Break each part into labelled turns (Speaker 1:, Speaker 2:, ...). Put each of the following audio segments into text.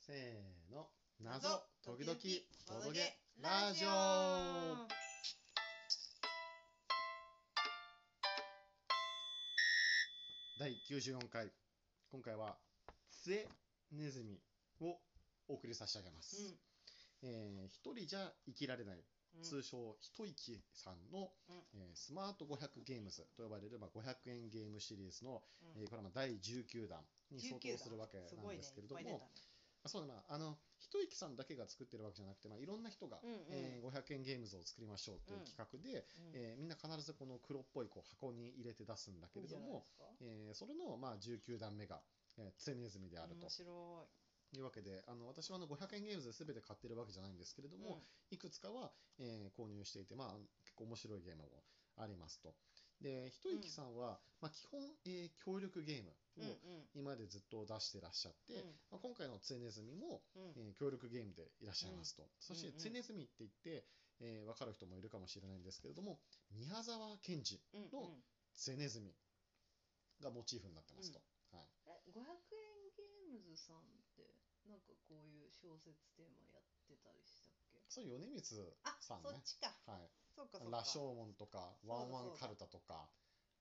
Speaker 1: せーの謎
Speaker 2: 謎
Speaker 1: 時
Speaker 2: 時
Speaker 1: 々
Speaker 2: 々
Speaker 1: ボ
Speaker 2: ボ
Speaker 1: ド
Speaker 2: ド
Speaker 1: ゲ
Speaker 2: ゲ
Speaker 1: ラ
Speaker 2: ラ
Speaker 1: ジ
Speaker 2: ジ
Speaker 1: オ
Speaker 2: オ
Speaker 1: 第94回今回は末ネズミをお送り差し上げます、えー一人じゃ生きられない、
Speaker 2: うん
Speaker 1: 通称ひといきさんの、
Speaker 2: うん
Speaker 1: えースマート500ゲームズと呼ばれる、まあ、500円ゲームシリーズの、
Speaker 2: うん
Speaker 1: えーこれはまあ第19弾に相当
Speaker 2: 19
Speaker 1: するわけ
Speaker 2: だ
Speaker 1: なんですけれども、
Speaker 2: すごいねいっぱい出たね
Speaker 1: あそうだな、あの、ひといきさんだけが作ってるわけじゃなくて、まあ、いろんな人が、
Speaker 2: うんうん
Speaker 1: えー500円ゲームズを作りましょうという企画で、
Speaker 2: うん
Speaker 1: えーみんな必ずこの黒っぽいこう箱に入れて出すんだけれども、、えーそれの、まあ、19段目が、えー、ツネズミであると
Speaker 2: 面白
Speaker 1: いうわけで、あの私はあの500円ゲームズで全て買ってるわけじゃないんですけれど
Speaker 2: い。
Speaker 1: も、いくつかは、えー購入していて、まあ、結構面白いゲームもありますと。で、ひといきさんは、まあ、基本、えー協力ゲーム
Speaker 2: うん、うん
Speaker 1: を今までずっと出してらっしゃって、まあ、今回のツネズミも、
Speaker 2: う
Speaker 1: えー
Speaker 2: んうん
Speaker 1: 協力ゲームでいらっしゃいますと、そして
Speaker 2: うんうん
Speaker 1: ツネズミって言って、えー、分かる人もいるかもしれないんですけれども宮沢賢治
Speaker 2: うん
Speaker 1: の
Speaker 2: うん
Speaker 1: ツネズミがモチーフになってますと、はい、
Speaker 2: え500円ゲームズさんってなんかこういう小説テーマやってたりしたっけ
Speaker 1: そう米光
Speaker 2: あ
Speaker 1: さん
Speaker 2: そ
Speaker 1: ね
Speaker 2: っちか
Speaker 1: はい
Speaker 2: そうかそう
Speaker 1: 羅
Speaker 2: か
Speaker 1: 生門とかワンワ
Speaker 2: そう
Speaker 1: ンカル
Speaker 2: だ
Speaker 1: タとか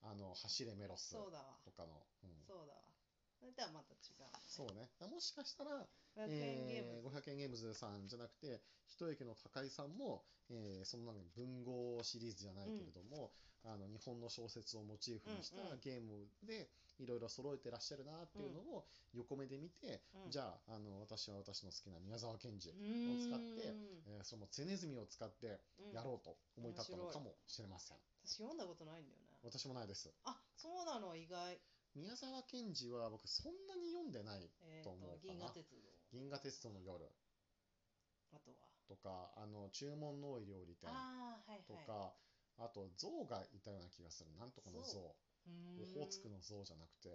Speaker 1: あの走れメロス
Speaker 2: そうだわ
Speaker 1: とかのうん
Speaker 2: そうだわそれとはまた違うね
Speaker 1: そうねもしかしたら、
Speaker 2: 500円ゲ
Speaker 1: え
Speaker 2: ーム
Speaker 1: ー、500円ゲームズさんじゃなくて一駅の高井さんも、えーそのなんか文豪シリーズじゃないけれども、あの日本の小説をモチーフにした
Speaker 2: うんうん
Speaker 1: ゲームでいろいろ揃えてらっしゃるなっていうのを横目で見て、
Speaker 2: うん
Speaker 1: じゃああの私は私の好きな宮沢賢治、
Speaker 2: を
Speaker 1: 使ってえーそのツネズミを使ってやろうと思い立ったの
Speaker 2: 面白い
Speaker 1: かもしれません、
Speaker 2: 私読んだことないんだよね
Speaker 1: 私もないです
Speaker 2: あそうなの意外
Speaker 1: 宮沢賢治は僕そんなに読んでない
Speaker 2: えー
Speaker 1: と思うかな
Speaker 2: と銀河鉄道
Speaker 1: 「銀河鉄道の夜
Speaker 2: あとは」
Speaker 1: とか「あの注文の多い料理店」
Speaker 2: ああはいはい
Speaker 1: とか、あと象がいたような気がするなんとかの象オ
Speaker 2: うーん
Speaker 1: ホーツクの象じゃなくて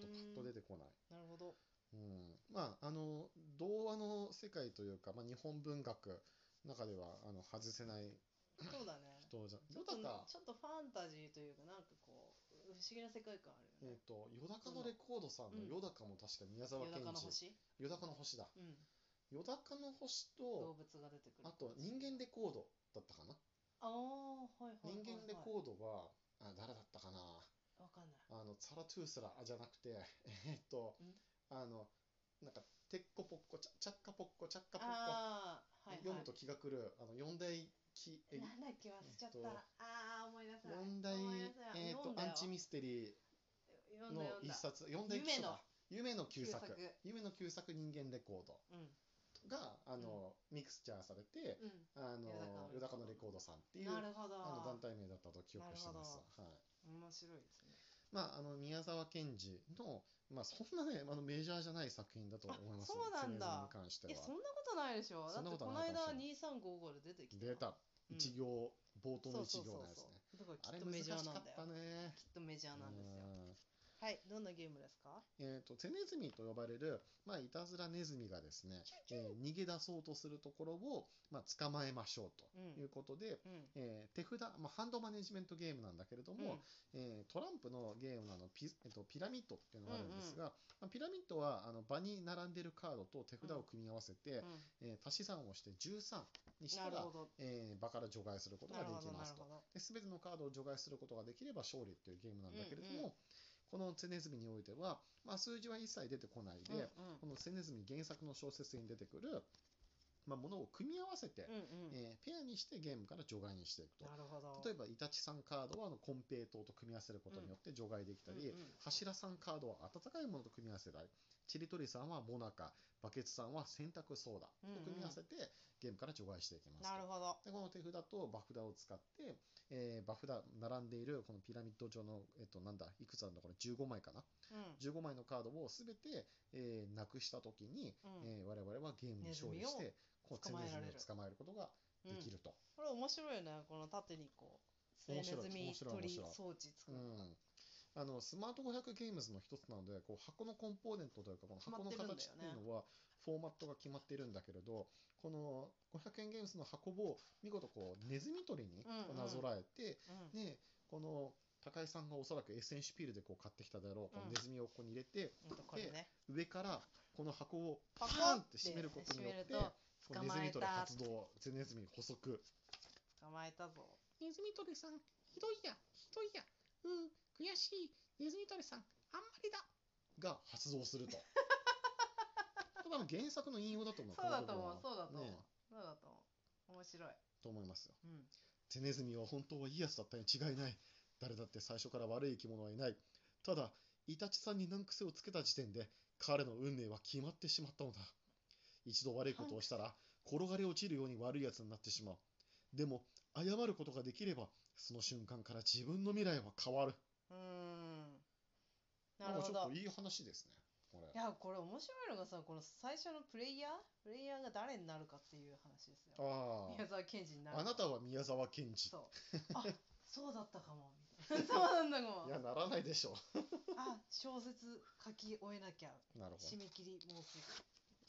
Speaker 1: ちょっとパッと出てこない、
Speaker 2: なるほど
Speaker 1: うん、まああの童話の世界というか、まあ、日本文学の中ではあの外せない
Speaker 2: そう だね
Speaker 1: 人じゃ
Speaker 2: ちょ
Speaker 1: よ
Speaker 2: っと
Speaker 1: だか
Speaker 2: ちょっとファンタジーというかなんかこう不思議な世界観あるよ
Speaker 1: え
Speaker 2: ね
Speaker 1: っとよだかのレコードさん
Speaker 2: う
Speaker 1: の
Speaker 2: ん
Speaker 1: よだかも確か宮沢
Speaker 2: 夜
Speaker 1: 賢
Speaker 2: 中の
Speaker 1: 治
Speaker 2: 星、
Speaker 1: よだかの星だ
Speaker 2: うん、
Speaker 1: よだかの星と
Speaker 2: 動物が出てくる
Speaker 1: あと人間レコードだったかな
Speaker 2: ああはいはいはい、はい、
Speaker 1: 人間レコードはあ誰だったかな
Speaker 2: わかんない
Speaker 1: あの、サラトゥースラじゃなくて、 えーっと
Speaker 2: ん、
Speaker 1: あの、なんか、てっこぽっこ、ちゃちゃっかぽっこ、ちゃっかぽっこ、
Speaker 2: ああーはいはい
Speaker 1: 読むと気が狂う、あの、四大き、え
Speaker 2: なんだっけ忘れちゃった、
Speaker 1: えっと
Speaker 2: ああ思い出せない
Speaker 1: 四大、
Speaker 2: 思い出せない
Speaker 1: えーっ
Speaker 2: 読
Speaker 1: と
Speaker 2: ん、だ
Speaker 1: ア
Speaker 2: よ
Speaker 1: ンチミステリー
Speaker 2: 読ん
Speaker 1: の
Speaker 2: だ読ん
Speaker 1: 一
Speaker 2: だ
Speaker 1: 冊、四大
Speaker 2: 夢の
Speaker 1: 奇想だ夢の旧作
Speaker 2: 旧作。
Speaker 1: 夢の旧作人間レコード
Speaker 2: うん
Speaker 1: が、あの、ミクスチャーされて、
Speaker 2: うん
Speaker 1: あの、よだ
Speaker 2: よだ
Speaker 1: か
Speaker 2: か
Speaker 1: の
Speaker 2: の
Speaker 1: レ
Speaker 2: レ
Speaker 1: コ
Speaker 2: コ
Speaker 1: ード
Speaker 2: ード
Speaker 1: さんっていう、
Speaker 2: な
Speaker 1: あ
Speaker 2: るほど
Speaker 1: の、団体名だったと記憶してます
Speaker 2: なる。
Speaker 1: はい。
Speaker 2: 面白いですね
Speaker 1: まあ、あの宮沢賢治の、まあ、そんなねあのメジャーじゃない作品だと思います
Speaker 2: あそうなんだ
Speaker 1: 常々に関して
Speaker 2: い
Speaker 1: は
Speaker 2: やそんなことないでしょ
Speaker 1: そ
Speaker 2: だ
Speaker 1: んな
Speaker 2: っ
Speaker 1: こと
Speaker 2: てこ
Speaker 1: は
Speaker 2: の
Speaker 1: ないかもしれ
Speaker 2: 間
Speaker 1: ない
Speaker 2: 2355で出てきた
Speaker 1: 出た
Speaker 2: うん
Speaker 1: 一行、冒頭
Speaker 2: そ
Speaker 1: の
Speaker 2: うそ
Speaker 1: 一
Speaker 2: うそう
Speaker 1: 行なんですね
Speaker 2: そうだからきっと
Speaker 1: あれ
Speaker 2: メ
Speaker 1: 難し
Speaker 2: ジャ
Speaker 1: か
Speaker 2: ーなん
Speaker 1: っ
Speaker 2: だよ
Speaker 1: たね
Speaker 2: きっとメジャーなんですよ
Speaker 1: うん
Speaker 2: はいどんなゲームですか
Speaker 1: えー、と手ネズミと呼ばれる、まあ、いたずらネズミがですね、えー逃げ出そうとするところを、まあ、捕まえましょ
Speaker 2: う
Speaker 1: うとい
Speaker 2: ん
Speaker 1: うことで、
Speaker 2: うん
Speaker 1: えー手札、まあ、ハンドマネジメントゲームなんだけれども、えートランプのゲームのあのピ,、えっとピラミッドっていうのがあるんですが、まあピラミッドはあの場に並んでるカードと手札を組み合わせて、
Speaker 2: うん
Speaker 1: えー足し算をして13にし
Speaker 2: な
Speaker 1: た
Speaker 2: る
Speaker 1: ら
Speaker 2: ほ、ど
Speaker 1: えー場から除外すること
Speaker 2: な
Speaker 1: が
Speaker 2: る
Speaker 1: で
Speaker 2: ほ
Speaker 1: き
Speaker 2: ど
Speaker 1: ま
Speaker 2: なる
Speaker 1: すと
Speaker 2: ほ。ど
Speaker 1: で全てのカードを除外することができれば勝利っていうゲームなんだけれども、
Speaker 2: うんうん
Speaker 1: この「ツネズミ」においては、まあ、数字は一切出てこないで、
Speaker 2: うんうん
Speaker 1: この「ツネズミ」原作の小説に出てくる、まあ、ものを組み合わせて、
Speaker 2: うんうん
Speaker 1: えーペアにしてゲームから除外にしていくと。
Speaker 2: なるほど
Speaker 1: 例えばイタチさんカードはあのコンペイトーと組み合わせることによって除外できたり、
Speaker 2: うんうん
Speaker 1: 柱さんカードは温かいものと組み合わせたりちりとりさんはモナカバケツさんは洗濯ソーダ
Speaker 2: うんう
Speaker 1: と
Speaker 2: ん
Speaker 1: 組み合わせてゲームから除外していきますと、
Speaker 2: なるほど
Speaker 1: でこの手札と場札を使って、えー、場札並んでいるこのピラミッド上の、えっと、なんだいくつあるんだこれ15枚かな
Speaker 2: うん
Speaker 1: 15枚のカードを全て、えーなくした時に、
Speaker 2: うん
Speaker 1: えー我々はゲームに
Speaker 2: ネズ
Speaker 1: 勝
Speaker 2: ミ
Speaker 1: 利
Speaker 2: を
Speaker 1: してこう
Speaker 2: 捕まえられる
Speaker 1: ツネズミを捕まえることが
Speaker 2: う
Speaker 1: で
Speaker 2: ん
Speaker 1: きると。
Speaker 2: これ面白いよねこの縦にこうスネ
Speaker 1: 面
Speaker 2: ズ
Speaker 1: 白い面
Speaker 2: ミ
Speaker 1: 白い面
Speaker 2: 取り
Speaker 1: 白い
Speaker 2: 装置作
Speaker 1: う
Speaker 2: る
Speaker 1: んあのスマート500ゲームズの一つなのでこう箱のコンポーネントというかこの箱の
Speaker 2: 決まっ
Speaker 1: 形っ
Speaker 2: てるんだよね
Speaker 1: ていうのはフォーマットが決まってるんだけれどこの500円ゲームズの箱を見事こうネズミ捕りに
Speaker 2: うんうん
Speaker 1: なぞらえて、
Speaker 2: うん
Speaker 1: でこの高井さんがおそらくエッセンシュピールでこう買ってきたであろうこの
Speaker 2: うん
Speaker 1: ネズミをここに入れて、
Speaker 2: うんとこれね
Speaker 1: 上からこの箱をパ
Speaker 2: パコ
Speaker 1: ーン
Speaker 2: ッ
Speaker 1: って閉めることによって
Speaker 2: 閉める
Speaker 1: こうネズミ捕
Speaker 2: 捕
Speaker 1: れ
Speaker 2: まえた
Speaker 1: 発動ゼネズミ捕捉
Speaker 2: と捕まえたぞ
Speaker 1: ネズミ捕れさんひどいやひどいやうー悔しいネズミ捕れさんあんまりだが発動 すると多分原作の引用だと思う
Speaker 2: そうだと思う
Speaker 1: こ
Speaker 2: そうだと
Speaker 1: の部
Speaker 2: 思う、
Speaker 1: 分はね
Speaker 2: そうだと思う面白い
Speaker 1: と思いますよ
Speaker 2: うん
Speaker 1: 手ネズミは本当はいいやつだったに違いない。誰だって最初から悪い生き物はいない。ただ、イタチさんに難癖をつけた時点で、彼の運命は決まってしまったのだ。一度悪いことをしたら、転がり落ちるように悪いやつになってしまう。でも、謝ることができれば、その瞬間から自分の未来は変わる。
Speaker 2: うーん
Speaker 1: な
Speaker 2: なんる
Speaker 1: かち
Speaker 2: ほ
Speaker 1: ょっ
Speaker 2: ど
Speaker 1: といい話ですね。これ
Speaker 2: いやこれ面白いのがさこの最初のプレイヤープレイヤーが誰になるかっていう話ですよ
Speaker 1: あ
Speaker 2: 宮沢賢治になる
Speaker 1: あ、あなたは宮沢賢治。
Speaker 2: そうあそうだったかも みたいなそうなんだかも
Speaker 1: いや、ならないでしょ
Speaker 2: あ小説書き終えなきゃ
Speaker 1: う。なるほど
Speaker 2: 締。め切りもうすぐ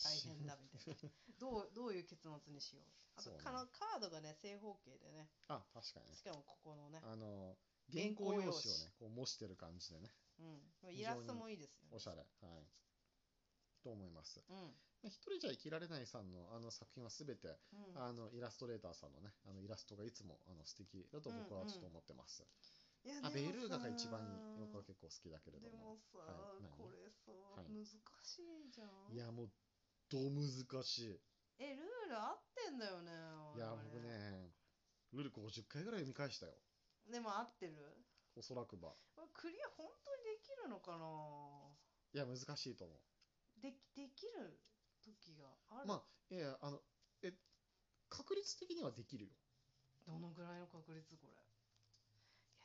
Speaker 2: 大変だみ たいなどうどういう結末にしようあと
Speaker 1: そうね
Speaker 2: かのカードがね正方形でね
Speaker 1: あ、確かにね
Speaker 2: し。かもここのね、
Speaker 1: あの、原
Speaker 2: 原
Speaker 1: 稿
Speaker 2: 稿
Speaker 1: 用紙
Speaker 2: 用紙
Speaker 1: をね、こう模してる感じでね。
Speaker 2: うん、イラストもいいですよね
Speaker 1: おしゃれ。はい。と思います。
Speaker 2: うん
Speaker 1: まあ一人じゃ生きられないさんのあの作品はすべて、
Speaker 2: うん、
Speaker 1: あのイラストレーターさんのね、あのイラストがいつもあの素敵だと僕はちょっと思ってます。
Speaker 2: いや
Speaker 1: あ、ベルーガが一番僕
Speaker 2: よ
Speaker 1: は結構好きだけれど
Speaker 2: で
Speaker 1: も
Speaker 2: も。さ、
Speaker 1: はい何
Speaker 2: これさ、
Speaker 1: い
Speaker 2: 難しいじゃん
Speaker 1: いや、もう、ど難しい。
Speaker 2: えルール合ってんだよね
Speaker 1: いや、
Speaker 2: 我々
Speaker 1: 僕ね、ルルク50回ぐらい読み返したよ。
Speaker 2: でも合ってる
Speaker 1: おそらくば。
Speaker 2: これクリア本当にできるのかない
Speaker 1: や、難しいと思う。
Speaker 2: できできる時がある、
Speaker 1: まあ、いや、あの、え、確率的にはできるよ。
Speaker 2: どのぐらいの確率これい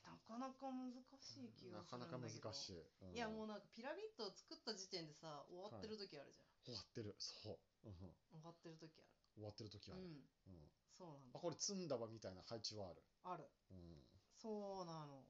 Speaker 2: やなかなか難しい気
Speaker 1: な
Speaker 2: がす
Speaker 1: か
Speaker 2: るん
Speaker 1: な
Speaker 2: だけ
Speaker 1: か難
Speaker 2: ど
Speaker 1: しい。うん
Speaker 2: いやもうなんかピラミッドを作った時点でさ終わってる時あるじゃん、
Speaker 1: 終わってる。そう。うんうん
Speaker 2: 終わってる時ある
Speaker 1: 終わってる時は
Speaker 2: う
Speaker 1: ね。
Speaker 2: ん
Speaker 1: うん
Speaker 2: そうなん
Speaker 1: あ
Speaker 2: だ
Speaker 1: これ積んだわみたいな配置はある。
Speaker 2: ある
Speaker 1: うん、
Speaker 2: そうなの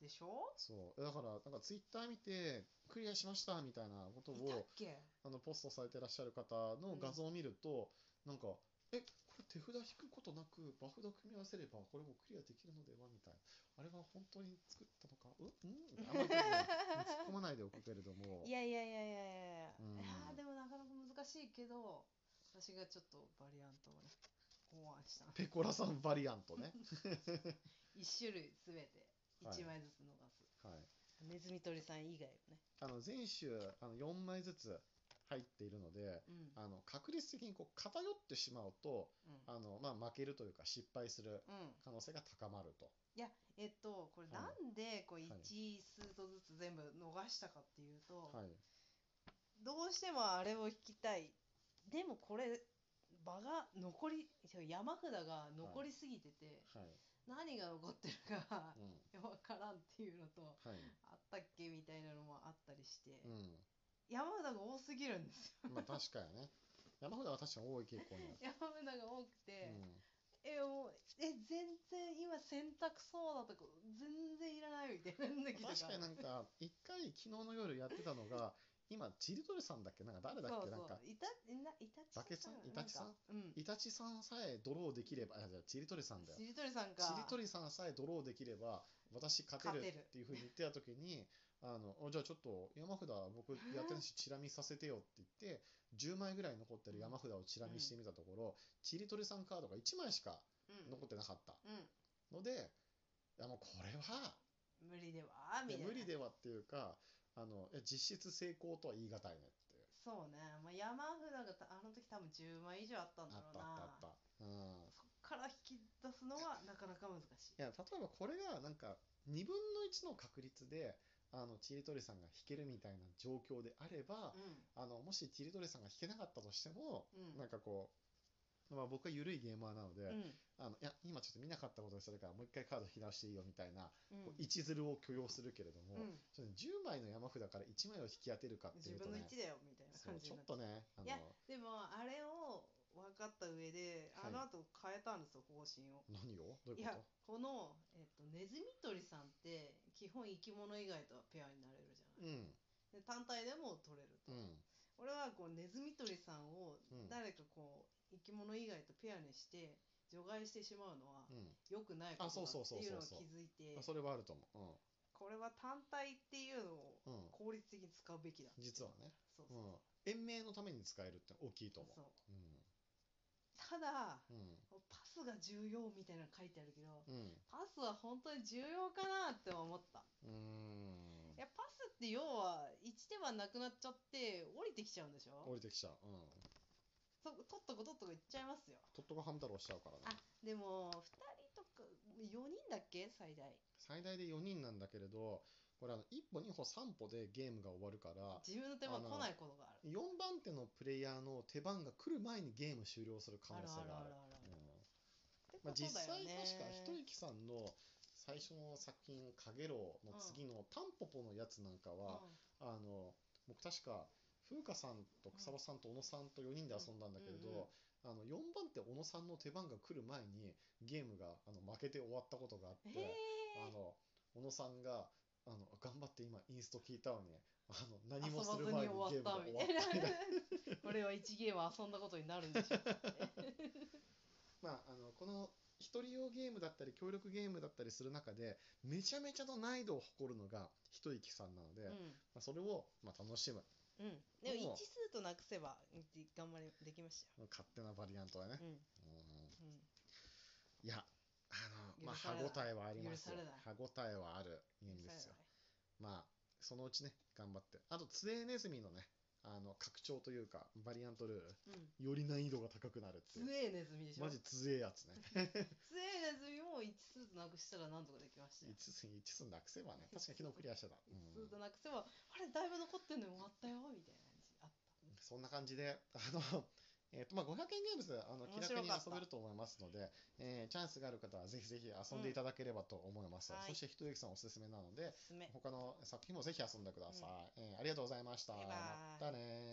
Speaker 2: でしょ
Speaker 1: そうだからなんかツイッター見てクリアしましたみたいなこと
Speaker 2: いたっ
Speaker 1: を
Speaker 2: け
Speaker 1: あのポストされてらっしゃる方の画像を見ると、なんかえこれ手札引くことなくバフド組み合わせればこれもクリアできるのではみたいなあれは本当に作ったのかうん、うん、あんまり突っ込まないでおくけれども
Speaker 2: いやいやいやいやいやい
Speaker 1: うん
Speaker 2: やあーでもなかなか難しいけど私がちょっとバリアントをね考案した
Speaker 1: ペコラさんバリアントね。
Speaker 2: 1種類すべて
Speaker 1: はい
Speaker 2: 1枚ずつ逃す、
Speaker 1: はい
Speaker 2: ネズミ捕りさん以外をね
Speaker 1: あの全種あの4枚ずつ入っているので
Speaker 2: うん
Speaker 1: あの確率的にこう偏ってしまうと
Speaker 2: うん
Speaker 1: あの、まあ、負けるというか失敗する
Speaker 2: うん、
Speaker 1: 可能性が高まると。
Speaker 2: いやえっとこれ
Speaker 1: はい
Speaker 2: なんでこう1
Speaker 1: はい
Speaker 2: 数とずつ全部逃したかっていうと、
Speaker 1: はい、
Speaker 2: どうしてもあれを引きたいでもこれ場が残り山札が残りすぎてて、
Speaker 1: はい、
Speaker 2: 何が残ってるか
Speaker 1: うん、
Speaker 2: 分からんっていうのと
Speaker 1: はい、
Speaker 2: あったっけみたいなのもあったりして、
Speaker 1: う
Speaker 2: 山札が多すぎるんですよ
Speaker 1: ん、まあ確かにね。山札は確かに多い傾向にある。
Speaker 2: 山札が多くて、
Speaker 1: うん、
Speaker 2: えもうえ全然今洗濯そうだとか全然いらないみたいな時と
Speaker 1: 確かになんか一回昨日の夜やってたのが今チリトリさんだっけなんか誰だっ
Speaker 2: そう
Speaker 1: け
Speaker 2: そ
Speaker 1: なんか
Speaker 2: ういたいないたち
Speaker 1: バケツさん
Speaker 2: なんか
Speaker 1: イタチさん
Speaker 2: う
Speaker 1: イタチさん
Speaker 2: ん
Speaker 1: さえドローできればあじゃあチリトリさんだよ
Speaker 2: しりとりさん
Speaker 1: チ
Speaker 2: か
Speaker 1: リトリさんさえドローできれば私勝てる
Speaker 2: 勝てる
Speaker 1: っていうふうに言ってた時にあのおじゃあちょっと山札僕やってるしチラ見させてよって言って10枚ぐらい残ってる山札をチラ見してみたところ、チリトリさんカードが1枚しか
Speaker 2: うん
Speaker 1: 残ってなかった
Speaker 2: うん
Speaker 1: ので、いやもうこれは
Speaker 2: 無理ではみ
Speaker 1: いや
Speaker 2: たい
Speaker 1: 無
Speaker 2: な
Speaker 1: 理ではっていうかあのいや実質成功とは言い難いねっていう
Speaker 2: そうね、まあ、山札がたあの時多分10枚以上あったんだ
Speaker 1: あっ
Speaker 2: ろう
Speaker 1: たあ
Speaker 2: な
Speaker 1: ったあった、うん、
Speaker 2: そっから引き出すのはなかなか難し
Speaker 1: い
Speaker 2: い
Speaker 1: や例えばこれがなんか2分の1の確率であのチリトリさんが弾けるみたいな状況であれば、
Speaker 2: う
Speaker 1: あのもしチリトレさんが弾けなかったとしても、
Speaker 2: んうん
Speaker 1: なんかこう、まあ、僕は緩いゲーマーなので、
Speaker 2: うん
Speaker 1: あのいや今ちょっと見なかったことにするからもう一回カード引き直していいよみたいな、
Speaker 2: うん
Speaker 1: こう一ずるを許容するけれども、
Speaker 2: うん
Speaker 1: ちょっと10枚の山札から1枚を引き当てるかってい
Speaker 2: 自
Speaker 1: うと
Speaker 2: 分
Speaker 1: ね
Speaker 2: の1だよみたいな
Speaker 1: そう
Speaker 2: 感じ
Speaker 1: ちょ
Speaker 2: に
Speaker 1: っ
Speaker 2: なっち
Speaker 1: とねあの
Speaker 2: ゃういやでもあれを分かった上で
Speaker 1: はい
Speaker 2: あの後変えたんですよ方針を、
Speaker 1: 何をどうい
Speaker 2: い、
Speaker 1: う
Speaker 2: や
Speaker 1: こ
Speaker 2: この、えっと、ネズミ捕りさんって基本生き物以外とはペアになれるじ
Speaker 1: と
Speaker 2: ゃ
Speaker 1: う
Speaker 2: ない、
Speaker 1: ん
Speaker 2: で単体でも取れる
Speaker 1: う
Speaker 2: と、
Speaker 1: ん
Speaker 2: 俺はこうネズミ捕りさんを
Speaker 1: うん
Speaker 2: 誰かこう生き物以外とペアにして除外してしまうのは
Speaker 1: うん
Speaker 2: 良くないことだ
Speaker 1: あそうそう
Speaker 2: っ
Speaker 1: そう
Speaker 2: ていう
Speaker 1: そうそう
Speaker 2: のを気づいて
Speaker 1: まあそれはあると思う、
Speaker 2: これは単体っていうのを
Speaker 1: うん、
Speaker 2: 効率的に使うべきだ
Speaker 1: 実はね、
Speaker 2: そう
Speaker 1: う
Speaker 2: そう、
Speaker 1: ん、延命のために使えるって大きいと思
Speaker 2: そう
Speaker 1: う。
Speaker 2: ただ
Speaker 1: うん、
Speaker 2: パスが重要みたいなの書いてあるけど
Speaker 1: うん、
Speaker 2: パスは本当に重要かなって思った
Speaker 1: うん、う
Speaker 2: いやパスって要は1ではなくなっちゃって降りてきちゃうんでし
Speaker 1: ーん、降
Speaker 2: ょ
Speaker 1: りてきちゃう。うん、
Speaker 2: そ取っとこ取っとこいっちゃいますよ
Speaker 1: とっとこハム太郎しちゃうからね
Speaker 2: あ。でも2人とか4人だっけ最大
Speaker 1: 最大で4人なんだけれど、これあの1歩、2歩、3歩でゲームが終わるから、
Speaker 2: 自分の手間来ないことがある
Speaker 1: 4番手のプレイヤーの手番が来る前にゲーム終了する可能
Speaker 2: ある
Speaker 1: 性があ
Speaker 2: あるあ
Speaker 1: る。
Speaker 2: るある
Speaker 1: うんまあ、
Speaker 2: あるってこと
Speaker 1: 実
Speaker 2: だよ
Speaker 1: 際確かひとゆ
Speaker 2: ね
Speaker 1: きさんの最初の作品「かげろう」の次の「タンポポ」のやつなんかは、あの僕確か風花さんと草場さんと小野さんと4人で遊んだんだけれ
Speaker 2: うんう
Speaker 1: ど、
Speaker 2: んうん
Speaker 1: あの4番手小野さんの手番が来る前にゲームがあの負けて終わったことがあっ
Speaker 2: う
Speaker 1: て
Speaker 2: ん、へえ
Speaker 1: あの小野さんがあの頑張って今インスト聞いたのにあの何
Speaker 2: 遊
Speaker 1: も
Speaker 2: ば
Speaker 1: す
Speaker 2: ず
Speaker 1: る
Speaker 2: に
Speaker 1: 前に
Speaker 2: 終
Speaker 1: ゲ
Speaker 2: わっ
Speaker 1: ームが終
Speaker 2: たみ
Speaker 1: わったた
Speaker 2: いなこれは1ゲーム遊んだことになるんでしょうかね
Speaker 1: まあ、あのこの一人用ゲームだったり協力ゲームだったりする中でめちゃめちゃの難易度を誇るのがひといきさんなので、ま
Speaker 2: うん
Speaker 1: あ、それを、まあ、楽しむ
Speaker 2: うん、でも
Speaker 1: でも
Speaker 2: 一数となくせばうん頑張れできまし
Speaker 1: 勝手なバリアントだね
Speaker 2: た、
Speaker 1: う
Speaker 2: よ。
Speaker 1: ん
Speaker 2: う
Speaker 1: いやあの、まあ、
Speaker 2: 許
Speaker 1: 歯
Speaker 2: さ
Speaker 1: 応え
Speaker 2: れない
Speaker 1: はありますよ
Speaker 2: 許されない
Speaker 1: 歯応えはあるゲ
Speaker 2: ん。
Speaker 1: ームですよ
Speaker 2: 許されない
Speaker 1: まあそのうちね頑張ってあとツエネズミのねあの拡張というかバリアントルール
Speaker 2: うん。
Speaker 1: より難易度が高くなるってい
Speaker 2: 強
Speaker 1: う
Speaker 2: えネズミでしょ。
Speaker 1: マジ強えやつね
Speaker 2: 強えネズミも一数となくしたらなんとかできましたよ
Speaker 1: 5。つに1つなくせばね確かに昨日クリアしてた、
Speaker 2: 一
Speaker 1: う
Speaker 2: 数
Speaker 1: ん
Speaker 2: となくせば、あれだいぶ残ってんのに終わったよみたいな感じあった。
Speaker 1: そんな感じで、あの、 えっと、まあ、500円ゲームズ、あの、気
Speaker 2: 面
Speaker 1: 楽
Speaker 2: 白かった
Speaker 1: に遊べると思いますので、えーチャンスがある方はぜひぜひ遊んでいただければと思います。
Speaker 2: うんはい
Speaker 1: そして、ひとゆきさんおすすめなので
Speaker 2: お、すすめ。
Speaker 1: 他の作品もぜひ遊んでください。えーありがとうございました。
Speaker 2: バイバイ
Speaker 1: またねー